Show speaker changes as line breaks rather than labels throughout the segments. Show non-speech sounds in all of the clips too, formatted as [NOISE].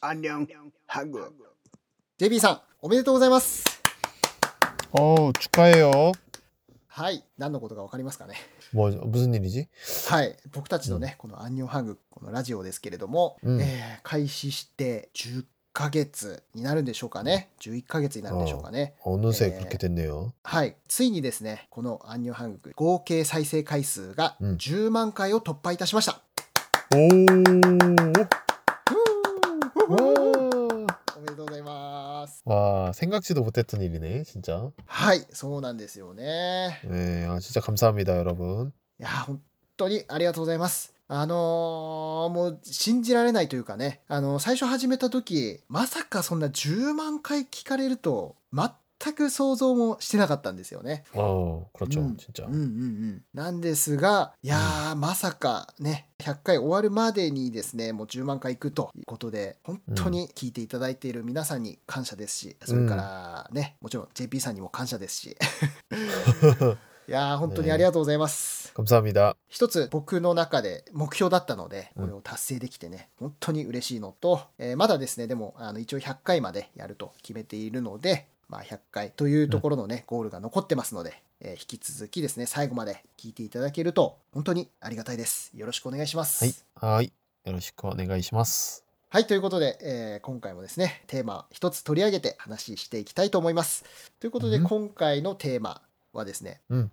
안녕 한국
JB さん、おめでとうございます。
어, 축하해요.
はい、何のことかわかりますかね。
뭐 무슨 일이지?
はい、僕たちのね、このアンニョンハグ、このラジオですけれども、
うん
えー開始して10ヶ月になるんでしょうかね。11ヶ月になるんでしょうかね。
어느새
네.
그렇게 됐네요.
はい、ついにですね、このアンニョンハグ、合計再生回数が
うん
10万回を突破いたしました。
오.
おめでとうございます。
와, 생각지도 못했던 일이네, 진짜.
はい、そうなんですよね。
네, 아, 진짜 감사합니다, 여러분.
いやー、本当にありがとうございます。あのーもう信じられないというかね、あのー最初始めた時、まさかそんな10万回聞かれると、全く想像もしてなかったんですよね。
어, 그렇죠,
음,
진짜.
うんうんうん。なんですが、いやー、まさかね、100回終わるまでにですね、もう10万回いくということで、本当に聞いていただいている皆さんに感謝ですし、それからね、もちろん JP さんにも感謝ですし、いやー、本当にありがとうございます。
감사합니다.
一つ僕の中で目標だったので
うん
これを達成できてね、本当に嬉しいのと、えーまだですねでもあの一応100回までやると決めているので、まあ、100回というところのね、ゴールが残ってますので、えー引き続きですね最後まで聞いていただけると本当にありがたいですよろしくお願いします
はいはいよろしくお願いします
はい、ということで、えー今回もですね、テーマ一つ取り上げて話していきたいと思います。ということで、
うん
今回のテーマはですね、
うん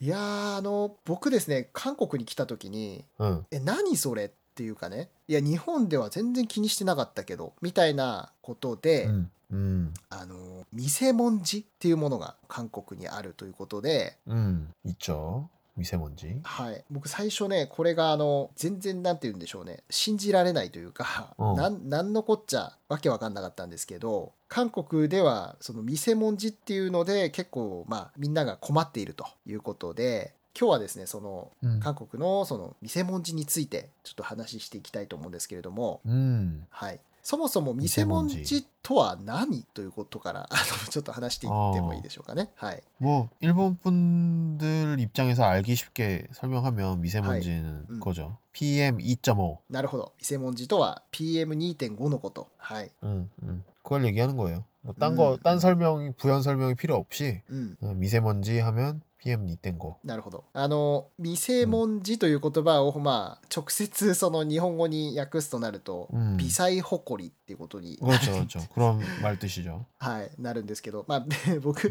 いやー、あの、僕ですね、韓国に来た時に、
응
え、何それっていうかね、いや、日本では全然気にしてなかったけど、みたいなことで、
음, 음,
あの、偽文字っていうものが韓国にあるということで、
음, 있죠 미세먼지
はい、僕最初ねこれがあの全然なんて言うんでしょうね信じられないというか、
うん
なんなんのこっちゃわけわかんなかったんですけど韓国ではその偽文字っていうので結構まあみんなが困っているということで今日はですねその
음,
韓国のその偽文字についてちょっと話していきたいと思うんですけれども、
음.
はい、そもそも偽
偽
文
文字
字とは何ということからあの [LAUGHS] ちょっと話していってもいいでしょうかね。はい、
뭐 일본 분들 입장에서 알기 쉽게 설명하면 미세먼지는
음.
그거죠 PM 2.5
なるほど偽文字とは PM2.5 のこと。はい
음, 음. 그걸 얘기하는 거예요 뭐
음.
딴 거 딴 설명이 부연 설명이 필요 없이
うん、
그냥 어, 미세먼지 하면 PM 2.5
なるほど。あの、未文字という言葉を、まあ、直接その日本語に訳すとなると、
음.
微細誇りっていうことに、
그렇죠 그렇죠 그런 말 뜻이죠
はい、なるんですけど、まあ、僕、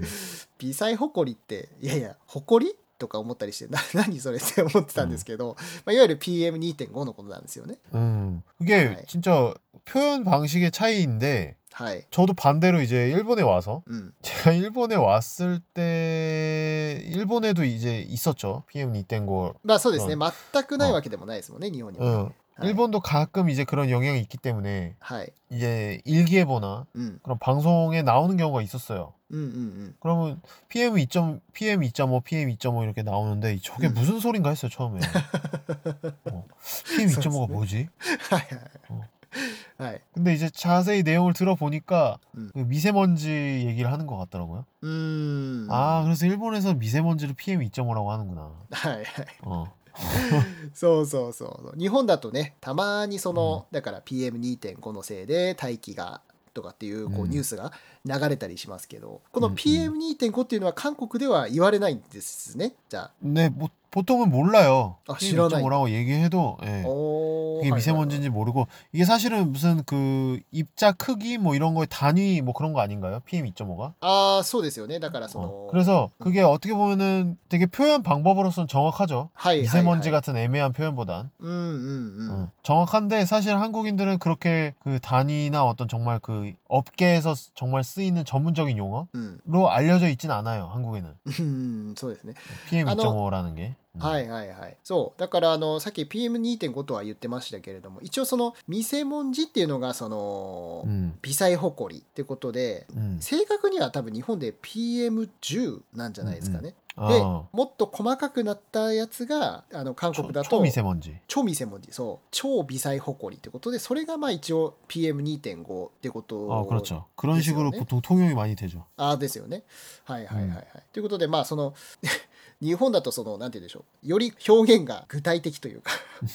微細誇りって、いやいや、誇りとか思ったりして、な何それって思ってたんですけど、まあ、いわゆる PM2.5 のことなんですよね。
음 그게
네.
진짜 표현 방식의 차이인데
はい。
저도 반대로 이제 일본에 와서 [LAUGHS]
うん。
제가 일본에 왔을 때 일본에도 이제 있었죠 PM 이땡고
まあ、そうですね
う。
全くないわけでもないですもんね、日本にはね。
응.
はい
어. 일본도 가끔 이제 그런 영향이 있기 때문에
はい。
이제 일기예보나
うん。
그런 방송에 나오는 경우가 있었어요.
うんうんうん。 [LAUGHS]
그러면 PM 2. PM 2.5, PM 2.5 이렇게 나오는데 저게
음.
무슨 소린가 했어요
[LAUGHS]
처음에. 어, PM 2.5가
네.
뭐지?
はい
어
はい。はい。
근데 이제 자세히 내용을 들어보니까
음.
그 미세먼지 얘기를 하는 것 같더라고요.
うーん。
아 그래서 일본에서 미세먼지를 PM 2.5라고 하는구나.
はいはい。
어.
そうそうそうそう日本だとねたまにその、だから PM2.5 のせいで大気がとかっていうこ
う
うんニュースが流れたりしますけど、こ
う
の
んうん
PM2.5 っていうのは韓国では言われないんですねじゃあ。
네, 뭐, 보통은 몰라요.
아, 어,
PM
싫어하나
2.5라고 얘기해도 예.
おー
이게
はいはいはい
미세먼지인지 모르고 이게 사실은 무슨 그 입자 크기 뭐 이런 거의 단위 뭐 그런 거 아닌가요? PM 2.5가?
ああそうですよねだからその、
어, 그래서 그게 어떻게 보면은 되게 표현 방법으로서는 정확하죠.
はいはいはい
미세먼지 같은 애매한 표현보단
うんうんうん、
어, 정확한데 사실 한국인들은 그렇게 그 단위나 어떤 정말 그 업계에서 쓰- 정말 쓰이는 전문적인
うん、
용어로 알려져 있진 않아요. 한국에는
うん、そうですね
PM
음. 아, 너- 아, 예.
2.5라는 게. 음.
はいはいはい。そう。だから、あの、さっき PM2.5 とは言ってましたけれども、一応その、見せ文字っていうのが、その、
음,
微細誇りってことで、
음.
正確には多分日本で PM10 なんじゃないですかね。
어,
もっと細かくなったやつがあの韓国だ
초,
と
초미세먼지.
超微細文字そう超微細誇りってことでそれがまあ一応 PM2.5 ってこと
어 그렇죠. 그런
됐어요,
식으로
네.
보통 통용이 많이 되죠. [LAUGHS]
あーですよね。はいはいはいはい。
うん
ということでまあその [LAUGHS] 日本だとそのなんて言うんでしょうより表現が具体的というか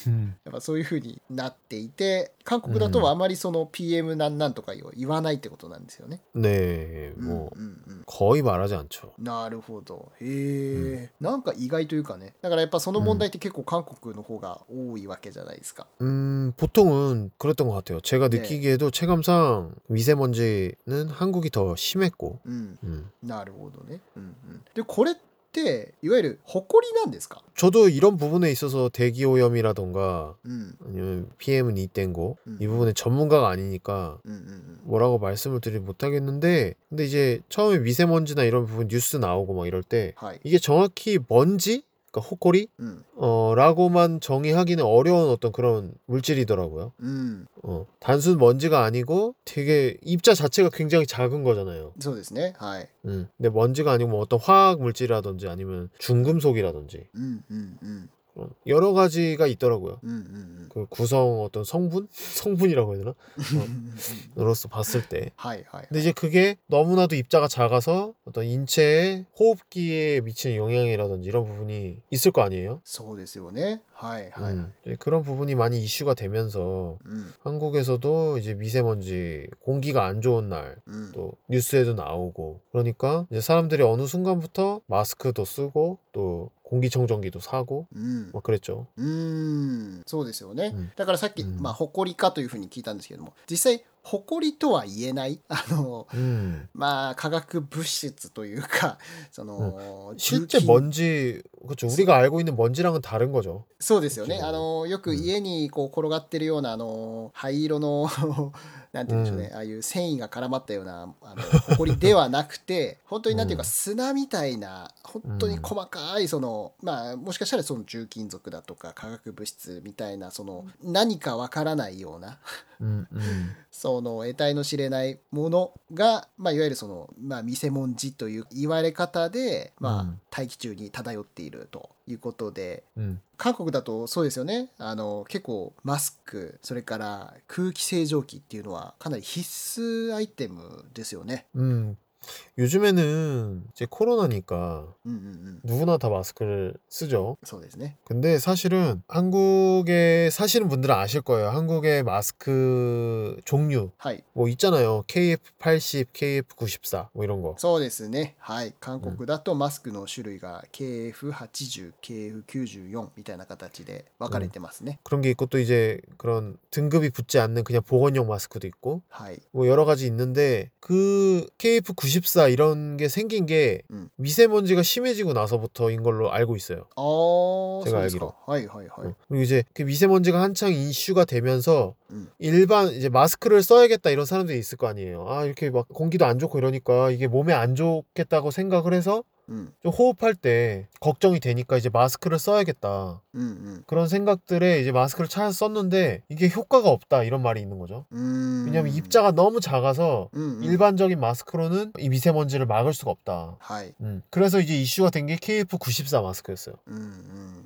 うん
やっぱそういう風になっていて韓国だとあまりその PM なんなんとか言わないってことなんですよね。
네 네, 뭐
うんうんうん
거의 말하지 않죠.
なるほどへえ、なんか意外というかねだからやっぱその問題って結構韓国の方が多いわけじゃないですか。
음, 보통은 그랬던 것 같아요. 제가
네.
느끼기에도 체감상 미세먼지는 한국이 더 심했고,
うん、
음.
なるほどね。うんうん、でこれっていわゆる埃なんですか、
저도 이런 부분에 있어서 대기 오염이라던가
うん、
아니면 PM은 이땐고
음.
이 부분에 전문가가 아니니까
うんうんうん
뭐라고 말씀을 드리지 못하겠는데, 근데 이제 처음에 미세먼지나 이런 부분 뉴스 나오고 막 이럴 때
はい。
이게 정확히 먼지, 그러니까 호꼬리,
うん、
어, 라고만 정의하기는 어려운 어떤 그런 물질이더라고요.
うん、
어, 단순 먼지가 아니고 되게 입자 자체가 굉장히 작은 거잖아요.
そうですね。はい。
음. 근데 먼지가 아니고 뭐 어떤 화학 물질이라든지 아니면 중금속이라든지
うんうんうん。
그런 여러 가지가 있더라고요.
うんうん
그 구성 어떤 성분? [LAUGHS] 성분이라고 해야 되나? 어,
うん。
으로서 봤을 때.
はいはい。
근데 이제 그게 너무나도 입자가 작아서 어떤 인체의 호흡기에 미치는 영향이라든지 이런 부분이 있을 거 아니에요?
そうですよね。はいはい。う
음. 이제 그런 부분이 많이 이슈가 되면서
ん
한국에서도 이제 미세먼지 공기가 안 좋은 날
うん。
또 뉴스에도 나오고 그러니까 이제 사람들이 어느 순간부터 마스크도 쓰고 또 공기청정기도 사고
うん
막 그랬죠.
うーんそうですよね、
うん
だからさっき、
うん
まあ、誇りかというふうに聞いたんですけども実際誇りとは言えないあの
음.
まあ化学物質というかその、重
실제
金
먼지 그렇죠. 우리가 알고 있는 먼지랑은 다른 거죠.
そうですよね
重金
あのよく
うん
家にこう転がってるようなあの灰色の [LAUGHS] なんて言うんでしょうね、ああいう繊維が絡まったようなあの埃ではなくて [LAUGHS] 本当になんていうか
うん
砂みたいな本当に細かいその、まあもしかしたらその重金属だとか化学物質みたいなその何かわからないような
음, 음.
その得体の知れないものが、まあ、いわゆるその、まあ、見せもんじという言われ方で、まあ
うん
大気中に漂っているということで
음.
韓国だとそうですよねあの結構マスクそれから空気清浄機っていうのはかなり必須アイテムですよね。
음. 요즘에는 이제 코로나니까
うんうんうん、
누구나 다 마스크를 쓰죠.
そうですね。
근데 사실은 한국에 사시는 분들은 아실 거예요. 한국의 마스크 종류
はい
뭐 있잖아요. KF80, KF94 뭐 이런 거.
そうですね。はい韓国だとマスクの種類が KF80、KF94 みたいな形で分かれてますね。
그런 게 있고 또 이제 그런 등급이 붙지 않는 그냥 보건용 마스크도 있고
はい。
뭐 여러 가지 있는데 그 KF94 이런 게 생긴 게
음.
미세먼지가 심해지고 나서부터인 걸로 알고 있어요.
ああそ
手が
うです
や
か。はいはいはい。
그리고 이제 그 미세먼지가 한창 이슈가 되면서
음.
일반 이제 마스크를 써야겠다 이런 사람들이 있을 거 아니에요. 아 이렇게 막 공기도 안 좋고 이러니까 이게 몸에 안 좋겠다고 생각을 해서
うん
좀 호흡할 때 걱정이 되니까 이제 마스크를 써야겠다.
うん
그런 생각들에 이제 마스크를 찾아 썼는데 이게 효과가 없다 이런 말이 있는 거죠.
うん。うーん
왜냐하면 입자가 너무 작아서
うんうん
일반적인 마스크로는 이 미세먼지를 막을 수가 없다.
はい。
음, 그래서 이제 이슈가 된 게 KF94 마스크였어요.
うんうん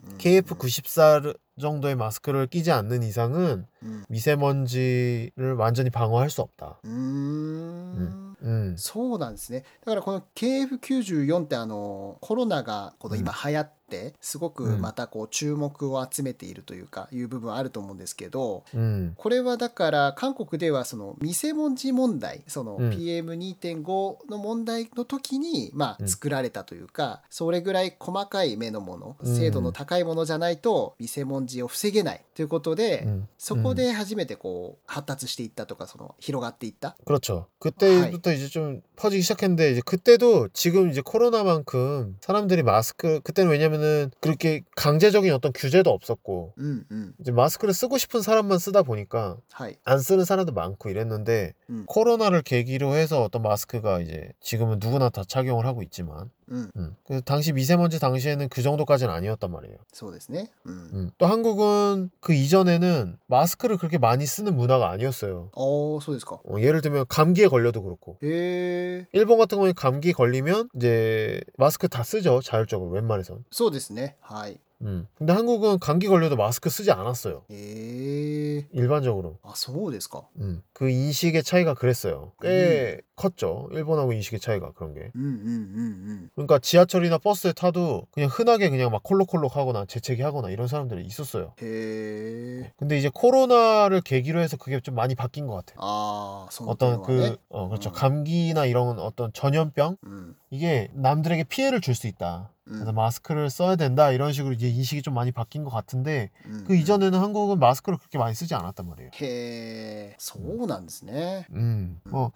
うん
KF94 정도의 마스크를 끼지 않는 이상은
음.
미세먼지를 완전히 방어할 수 없다.
うーん
음.
そうなんですね。だからこの KF94 ってあのコロナがこの今流行ってすごく
うん
またこう注目を集めているというかいう部分あると思うんですけど
음.
これはだから韓国ではその見せ文字問題その
うん
PM2.5 の問題の時にまあ
うん
作られたというかそれぐらい細かい目のもの
うん
精度の高いものじゃないと見せ文字を防げないということで
음.
そこで初めてこう発達していったとかその広がっていった。
그렇죠. 그때부터 이제 좀 퍼지기 시작했는데 이제 그때도 지금 이제 코로나만큼 사람들이 마스크 그때는 왜냐면은 그렇게 강제적인 어떤 규제도 없었고
うんうん、
이제 마스크를 쓰고 싶은 사람만 쓰다 보니까
はい
안 쓰는 사람도 많고 이랬는데
음.
코로나를 계기로 해서 어떤 마스크가 이제 지금은 누구나 다 착용을 하고 있지만
うん、
음. 그 당시 미세먼지 당시에는 그 정도까지는 아니었단 말이에요.
そうですね。うん。
음. 또 한국은 그 이전에는 마스크를 그렇게 많이 쓰는 문화가 아니었어요.
ああ、そうですか。
어, 예를 들면 감기에 걸려도 그렇고
へえ、
일본 같은 경우에 감기 걸리면 이제 마스크 다 쓰죠 자율적으로 웬만해선
そうですね。はい。
음. 근데 한국은 감기 걸려도 마스크 쓰지 않았어요.
ええ
일반적으로.
あそうですか
음. 그 인식의 차이가 그랬어요. 꽤 컸죠. 일본하고 인식의 차이가 그런 게.
うんうんうん
그러니까 지하철이나 버스에 타도 그냥 흔하게 그냥 막 콜록콜록 하거나 재채기 하거나 이런 사람들이 있었어요.
うんへえ
근데 이제 코로나를 계기로 해서 그게 좀 많이 바뀐 것 같아요.
ああその点
어떤
はね
그 어, 그렇죠.
음.
감기나 이런 어떤 전염병
うん
이게 남들에게 피해를 줄 수 있다.
う
그래서
ん
마스크를 써야 된다 이런 식으로 이제 인식이 좀 많이 바뀐 것 같은데
うん
그 이전에는 한국은 마스크를 그렇게 많이 쓰지 않았단 말이에요.
へえそうなんですね
음, 뭐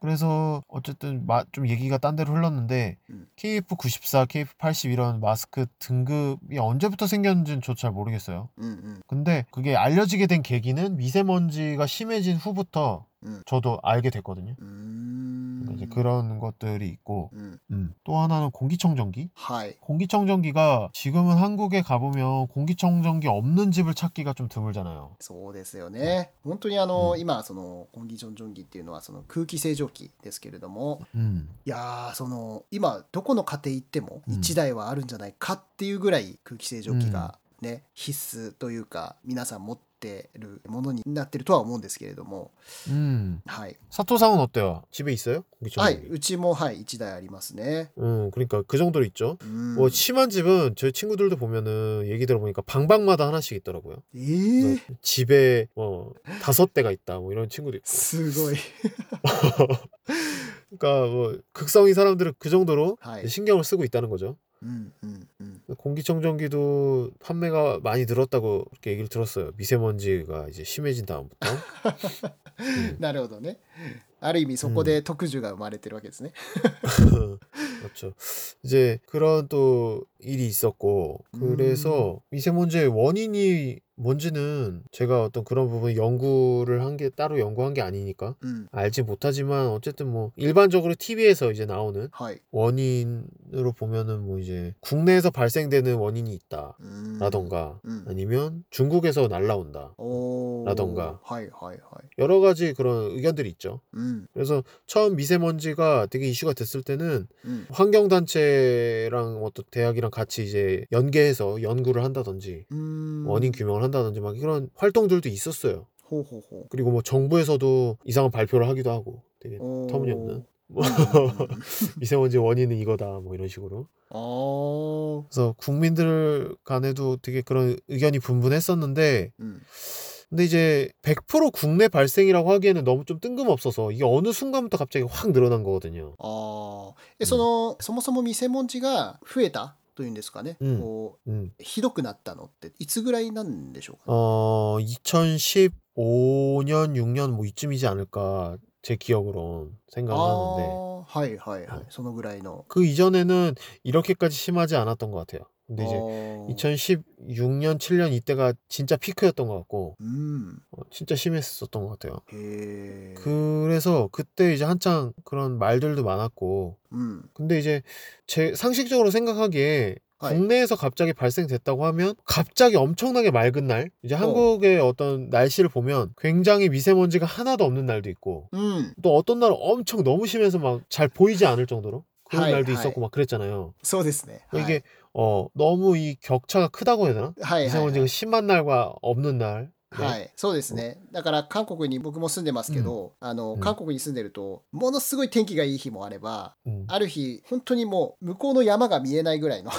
그래서 어쨌든 마- 좀 얘기가 딴 데로 흘렀는데
음.
KF94, KF80 이런 마스크 등급이 언제부터 생겼는지는 저도 잘 모르겠어요.
うん
근데 그게 알려지게 된 계기는 미세먼지가 심해진 후부터
음.
저도 알게 됐거든요. 그러니까
うんうーん
이제 그런 것들이 있고
うん
음, 또 하나는 공기청정기.
はい。
공기청정기가 지금은 한국에 가보면 공기청정기 없는 집을 찾기가 좀 드물잖아요.
そうですよね。本当にあの、
うん
今そのコンギジョンジョンギっていうのはその空気清浄機ですけれども、
음.
いやーその今どこの家庭行っても
うん
1台はあるんじゃないかっていうぐらい空気清浄機がね、必須というか皆さん持ってるものになってるとは思うんですけれども、
음.
はい、
사토상은 어때요? 집에 있어요?
はい、
공기청정기.
うちもはい1台ありますね。
음, 그러니까 그 정도로 있죠.
うん、
뭐 심한 집은 저희 친구들도 보면은 얘기 들어보니까 방방마다 하나씩 있더라고요.
え
그래서
ー、
집에 뭐 다섯 대가 있다 뭐 이런 친구도 있고.
すごい。
그러니까 뭐 극성인 사람들은 그 정도로
하이.
신경을 쓰고 있다는 거죠.
うんうんうん。
공기청정기도 판매가 많이 늘었다고 이렇게 얘기를 들었어요. 미세먼지가 이제
[LAUGHS]
심해진 다음부터. 음.
なるほどね。ある意味そこで特需が生まれてるわけですね。
그렇죠. 이제 그런 또 일이 있었고 그래서 미세먼지의 원인이 뭔지는 제가 어떤 그런 부분 연구를 한 게 따로 연구한 게 아니니까
うん、
알지 못하지만 어쨌든 뭐 일반적으로 TV에서 이제 나오는
はい。
원인으로 보면은 뭐 이제 국내에서 발생되는 원인이 있다
うーん
라던가
うん
아니면 중국에서 날라온다
おー
ラドンが
はいはいはい。
여러 가지 그런 의견들이 있죠.
うん、
그래서 처음 미세먼지가 되게 이슈가 됐을 때는
うん、
환경단체랑 어떤 대학이랑 같이 이제 연계해서 연구를 한다든지 뭐
うーん。
원인 규명을 한다든지 막 그런 활동들도 있었어요.
ほうほうほ
그리고 뭐 정부에서도 이상한 발표를 하기도 하고 되게
う。おー
터무니없는
うんうん [LAUGHS] うん
[LAUGHS] 미세먼지 원인은 이거다 뭐 이런 식으로
あー
그래서 국민들 간에도 되게 그런 의견이 분분했었는데
うん。
근데 이제 100% 국내 발생이라고 하기에는 너무 좀 뜬금없어서 이게 어느 순간부터 갑자기 확 늘어난 거거든요.
ああ。え、その、そもそも見せ文字が増えたというんですかね。
うん
こ
음.
う、ひどくなったのって、いつぐらいなんでしょうか、ね、
어, 2015년, 6년 뭐 이쯤이지 않을까 제 기억으로
あ
생각하는데
あ、はいはいは
う
い。そのぐらいの。
그 이전에는 이렇게까지 심하지 않았던 것 같아요.
あ
근데 이제
ー
2016년, 7년 이때가 진짜 피크였던 것 같고
うん。
어, 진짜 심했었던 것 같아요.
へえ。
그래서 그때 이제 한창 그런 말들도 많았고
うん。
근데 이제 제 상식적으로 생각하기에
하이.
국내에서 갑자기 발생됐다고 하면 갑자기 엄청나게 맑은
어.
날 이제 한국의 어떤 날씨를 보면 굉장히 미세먼지가 하나도 없는 날도 있고
うん。
또 어떤 날은 엄청 너무 심해서 막 잘 보이지 않을 정도로 그런
하이,
날도
하이.
있었고 막 그랬잖아요.
そうですね。
그러니까
はい
이게 어 너무 이 격차가 크다고 해야 되나?
はいはい、はい
미세먼지가 심한 날과 없는 날. 네.
はい、そうですね。だから韓国に僕も住んでますけど、あの
うん
韓国に住んでるとものすごい天気がいい日もあれば、
음.
ある日本当にもう向こうの山が見えないぐらいの、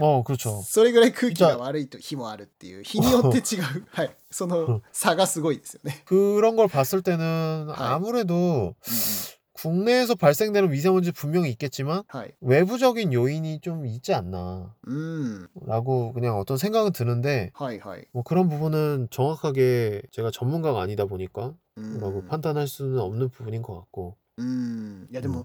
어 그렇죠.
[LAUGHS] それぐらい空気
じゃ
が
あ
悪いと日もあるっていう日によって違う、はい、その差がすごいですよね。
그런 걸 봤을 때는
하이.
아무래도
음, 음.
국내에서 발생되는 미세먼지 분명히 있겠지만
はい、
외부적인 요인이 좀 있지 않나라고
うん、
그냥 어떤 생각은 드는데
はいはい。
뭐 그런 부분은 정확하게 제가 전문가가 아니다 보니까
うん、
뭐라고 판단할 수는 없는 부분인 것 같고
うんいやで
うん
も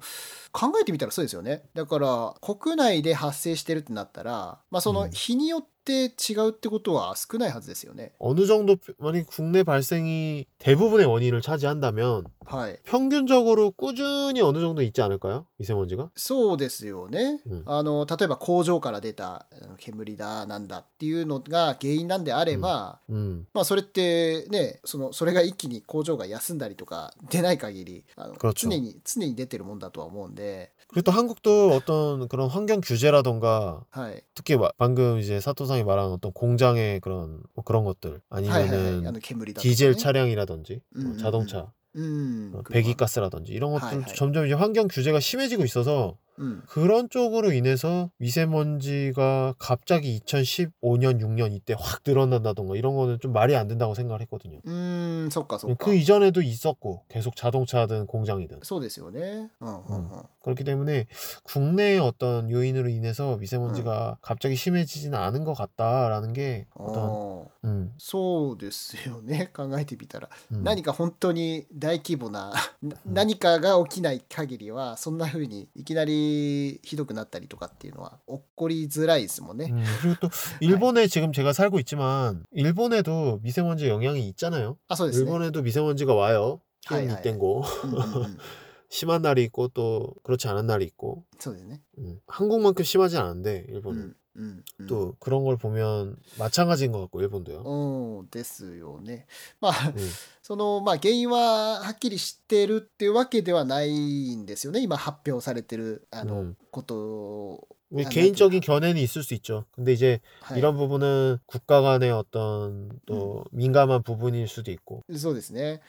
考えてみたらそうですよねだから国内で発生してるってなったら、まあ、そ
うん
の日によって違うってことは少ないはずですよね。
어느 정도 만약 국내 발생이 대부분의 원인을 차지한다면
はい、
평균적으로 꾸준히 어느 정도 있지 않을까요 미세먼지가?
そうですよね、
うん
あの例えば工場から出たあの煙だなんだっていうのが原因なんであれば、
음,
まあ、それってねそのそれが一気に工場が休んだりとか出ない限りあの
그렇죠
常に常に出てるもんだとは思うんで、
그리고 또 한국도 어떤 그런 환경 규제라던가
はい
특히 마- 방금 이제 사토 선상이 말하는 어떤 공장의 그런 뭐 그런 것들
はいはいはい、
아니면은
あの煙だとかね
디젤 차량이라든지 뭐
음, 음,
자동차
うん
어,
車
배기가스라든지 이런 것들
하이, 하이.
점점 이제 환경 규제가 심해지고 있어서
うん、
그런 쪽으로 인해서 미세먼지가 갑자기 2015년 6년 이때 확 늘어난다던가 이런 거는 좀 말이 안 된다고 생각을 했거든요.
うーんそっかそっか
그 이전에도 있었고 계속 자동차든 공장이든
そうですよねうんうんうん
그렇기 때문에 국내의 어떤 요인으로 인해서
음.
미세먼지가 갑자기 심해지지는 않은 것 같다라는 게
あ
어떤
ー
음,
そうですよね [LAUGHS] 考えてみたら
음.
何か本当に大規模なな何かが起きない限りはそんな風にいきなりひどくなったりとかっていうのは起こりづらいですもんね。
음, 그리고
[LAUGHS]
또 일본에 지금 제가 살고 있지만 일본에도 미세먼지 영향이 있잖아요.
あそうですね。
일본에도 미세먼지가 와요. 기온이
하이, 하이.
땡고
うんうんうん
심한 날이 있고 또 그렇지 않은 날이 있고
そうですね。
음, 한국만큼 심하지 않은데
う
일본은
んうんうん
또 그런 걸 보면 마찬가지인 것 같고
어,
일본도요.
うんですよね。まあ、
음.
その、まあ、原因ははっきりしてるっていうわけではないんですよね。今発表されてる、あの、
음.
ことを。
우리
아, 예.
개인적인 견해는 있을 수 있죠. 근데 이제
はい、
이런 부분은 국가 간의 어떤 또 민감한 부분일 수도 있고
そうですね。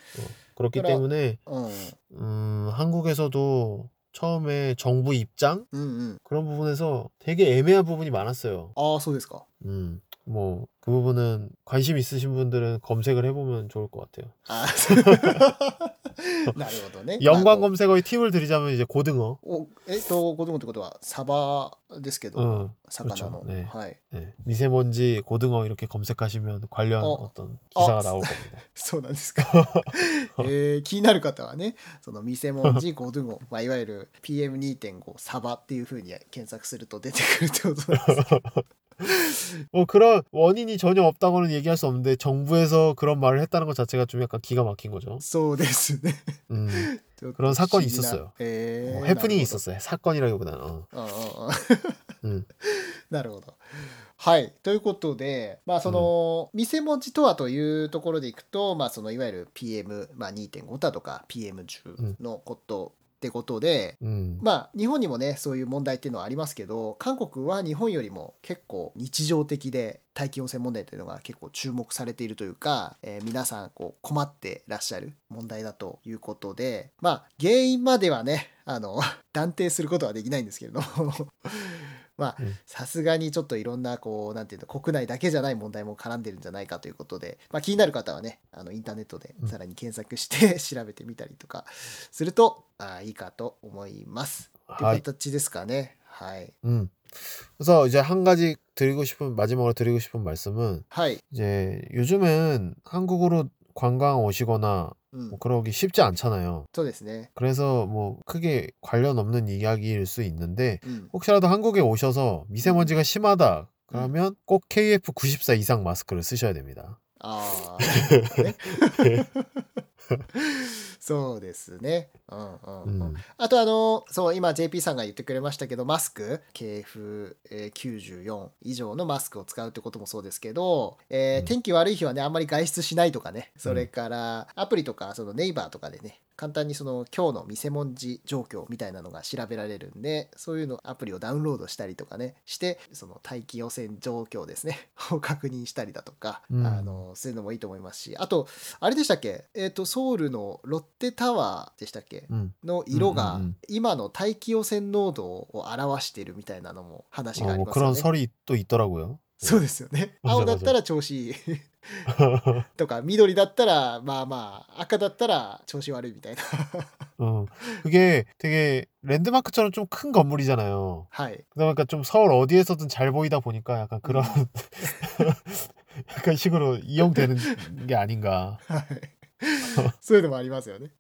그렇기
그럼-
때문에
うん。
음, 한국에서도 처음에 정부 입장
うんうん。
그런 부분에서 되게 애매한 부분이 많았어요.
ああ、そうですか。
음, 뭐 그 부분은 관심 있으신 분들은 검색을 해보면 좋을 것 같아요.
あ [LAUGHS] なるほどね。
연관
まあ
검색어의 팁을 드리자면 이제 고등어.
おえっと、子供ってことは、サバですけど、
어,
魚の、
그렇죠ね
はい。
네. 미세먼지 고등어 이렇게 검색하시면 관련
어.
어, 떤 기사가
어.
나올 겁니다.
そうなんです [LAUGHS] か。えー気になる方はね、そのミセモンジゴドゥゴ、まあ、いわゆる PM2.5 サバっていうふうに検索すると出てくるってことなんです。
뭐 그런 원인이 전혀 없다고는 얘기할 수 없는데 정부에서 그런 말을 했다는 것 자체가 좀 약간 기가 막힌 거죠.
[LAUGHS] そうですね。
음,
ちょっと
그런사건이
不思議な
있었어요
え
뭐
ーなるほ
해프닝이
ど
있었어요. 사건이라기보다는. 어.
ああああ
음.
[LAUGHS] なるほど。はい。ということで、まあ、その、見せ文字とはというところでいくと、まあ、その、いわゆる PM、まあ、2.5だとか、PM10 のことってことで、
음.
まあ、日本にもね、そういう問題っていうのはありますけど、韓国は日本よりも結構日常的で大気汚染問題っていうのが結構注目されているというか、えー皆さんこう困ってらっしゃる問題だということで、まあ、原因まではね、あの、 [LAUGHS] 断定することはできないんですけれども、 [LAUGHS] まあ
うん、
さすがにちょっといろんな、こう、なんていうの、国内だけじゃない問題も絡んでるんじゃないかということで、まあ、気になる方はね、あの、インターネットでさらに検索して [LAUGHS] 調べてみたりとかすると、あーいいかと思います。っていう
하이.
形ですかね。はい。
아, 음. 그래서 이제 한 가지 드리고 싶은 마지막으로 드리고 싶은 말씀은
はい。
이제 요즘은 한국으로 관광 오시거나
うん
뭐 。 그러기 쉽지 않잖아요.
そうですね。
그래서 뭐 크게 관련 없는 이야기일 수 있는데
うん。
혹시라도 한국에 오셔서 미세먼지가 심하다 그러면 꼭 KF94 이상 마스크를 쓰셔야 됩니다.
あ [LAUGHS] あ、ねそうですね。うんうんうん。
음.
あとあのそう今 JP さんが言ってくれましたけどマスク KF94 以上のマスクを使うってこともそうですけど、えー
うん
天気悪い日はねあんまり外出しないとかねそれからアプリとかそのネイバーとかでね簡単にその今日の見せ文字状況みたいなのが調べられるんでそういうのアプリをダウンロードしたりとかねしてその大気汚染状況ですね [LAUGHS] を確認したりだとか、
うん
あのそういうのもいいと思いますしあとあれでしたっけえっ、とソウルのロッテタワーでしたっけ
음.
の色が
うんうんうん
今の大気汚染濃度を表してるみたいなのも話が
어,
あり
뭐
ますよ
그런
ね。
설이 또 있더라고요.
そうですよ
[LAUGHS]
ね。
わざわ
青
ざ
だったら調子
[LAUGHS]
いいとか緑だったらまあまあ赤だったら調子悪いみたいな。 [LAUGHS]
어, 그게 되게 랜드마크처럼 좀 큰 건물이잖아요.
はい。
그러니까 좀 서울 어디에서든 잘 보이다 보니까 약간 그런 [LAUGHS] 약간 식으로 이용되는 게 아닌가. [LAUGHS]
そういうのもありますよね。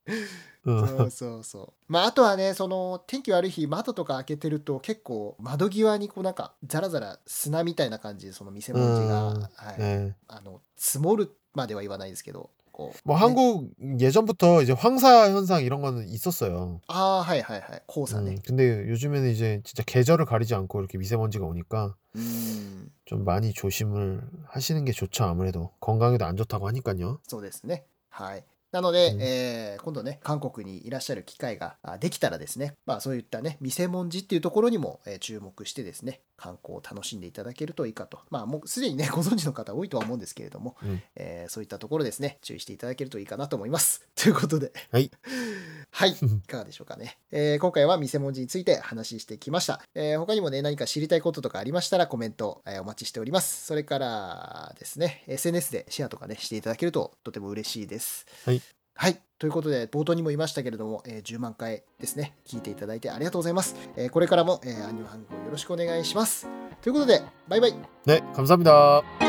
어.
そうそうそう。まああとはねその天気悪い日窓とか開けてると結構窓際にこうなんかザラザラ砂みたいな感じでその店文字が、
うん
はい
네.
あの積もるまでは言わないですけどこう。
뭐
ね
한국 예전부터 이제 황사 현상 이런 거는 있었어요.
ああはいはいはい黄砂
음,
ね。
근데 요즘에는 이제 진짜 계절을 가리지 않고 이렇게 미세먼지가 오니까
うん
좀 많이 조심을 하시는 게 좋죠. 아무래도 건강에도 안 좋다고 하니까요.
そうですね。はい。なので、
うん
えー今度ね韓国にいらっしゃる機会があできたらですね、まあ、そういったね見せ文字っていうところにも、えー注目してですね観光を楽しんでいただけるといいかとまあもうすでにね [LAUGHS] ご存知の方多いとは思うんですけれども、
うん
えーそういったところですね注意していただけるといいかなと思います。ということで
はい
[LAUGHS] はいいかがでしょうかね、えー今回は見せ文字について話してきました、えー他にもね何か知りたいこととかありましたらコメント、えーお待ちしておりますそれからですね SNS でシェアとかねしていただけるととても嬉しいです
はい
はい。ということで、冒頭にも言いましたけれども、えー10万回ですね、聞いていただいてありがとうございます。えーこれからも、えーアニュハングよろしくお願いします。ということで、バイバイ。
네, 감사합니다.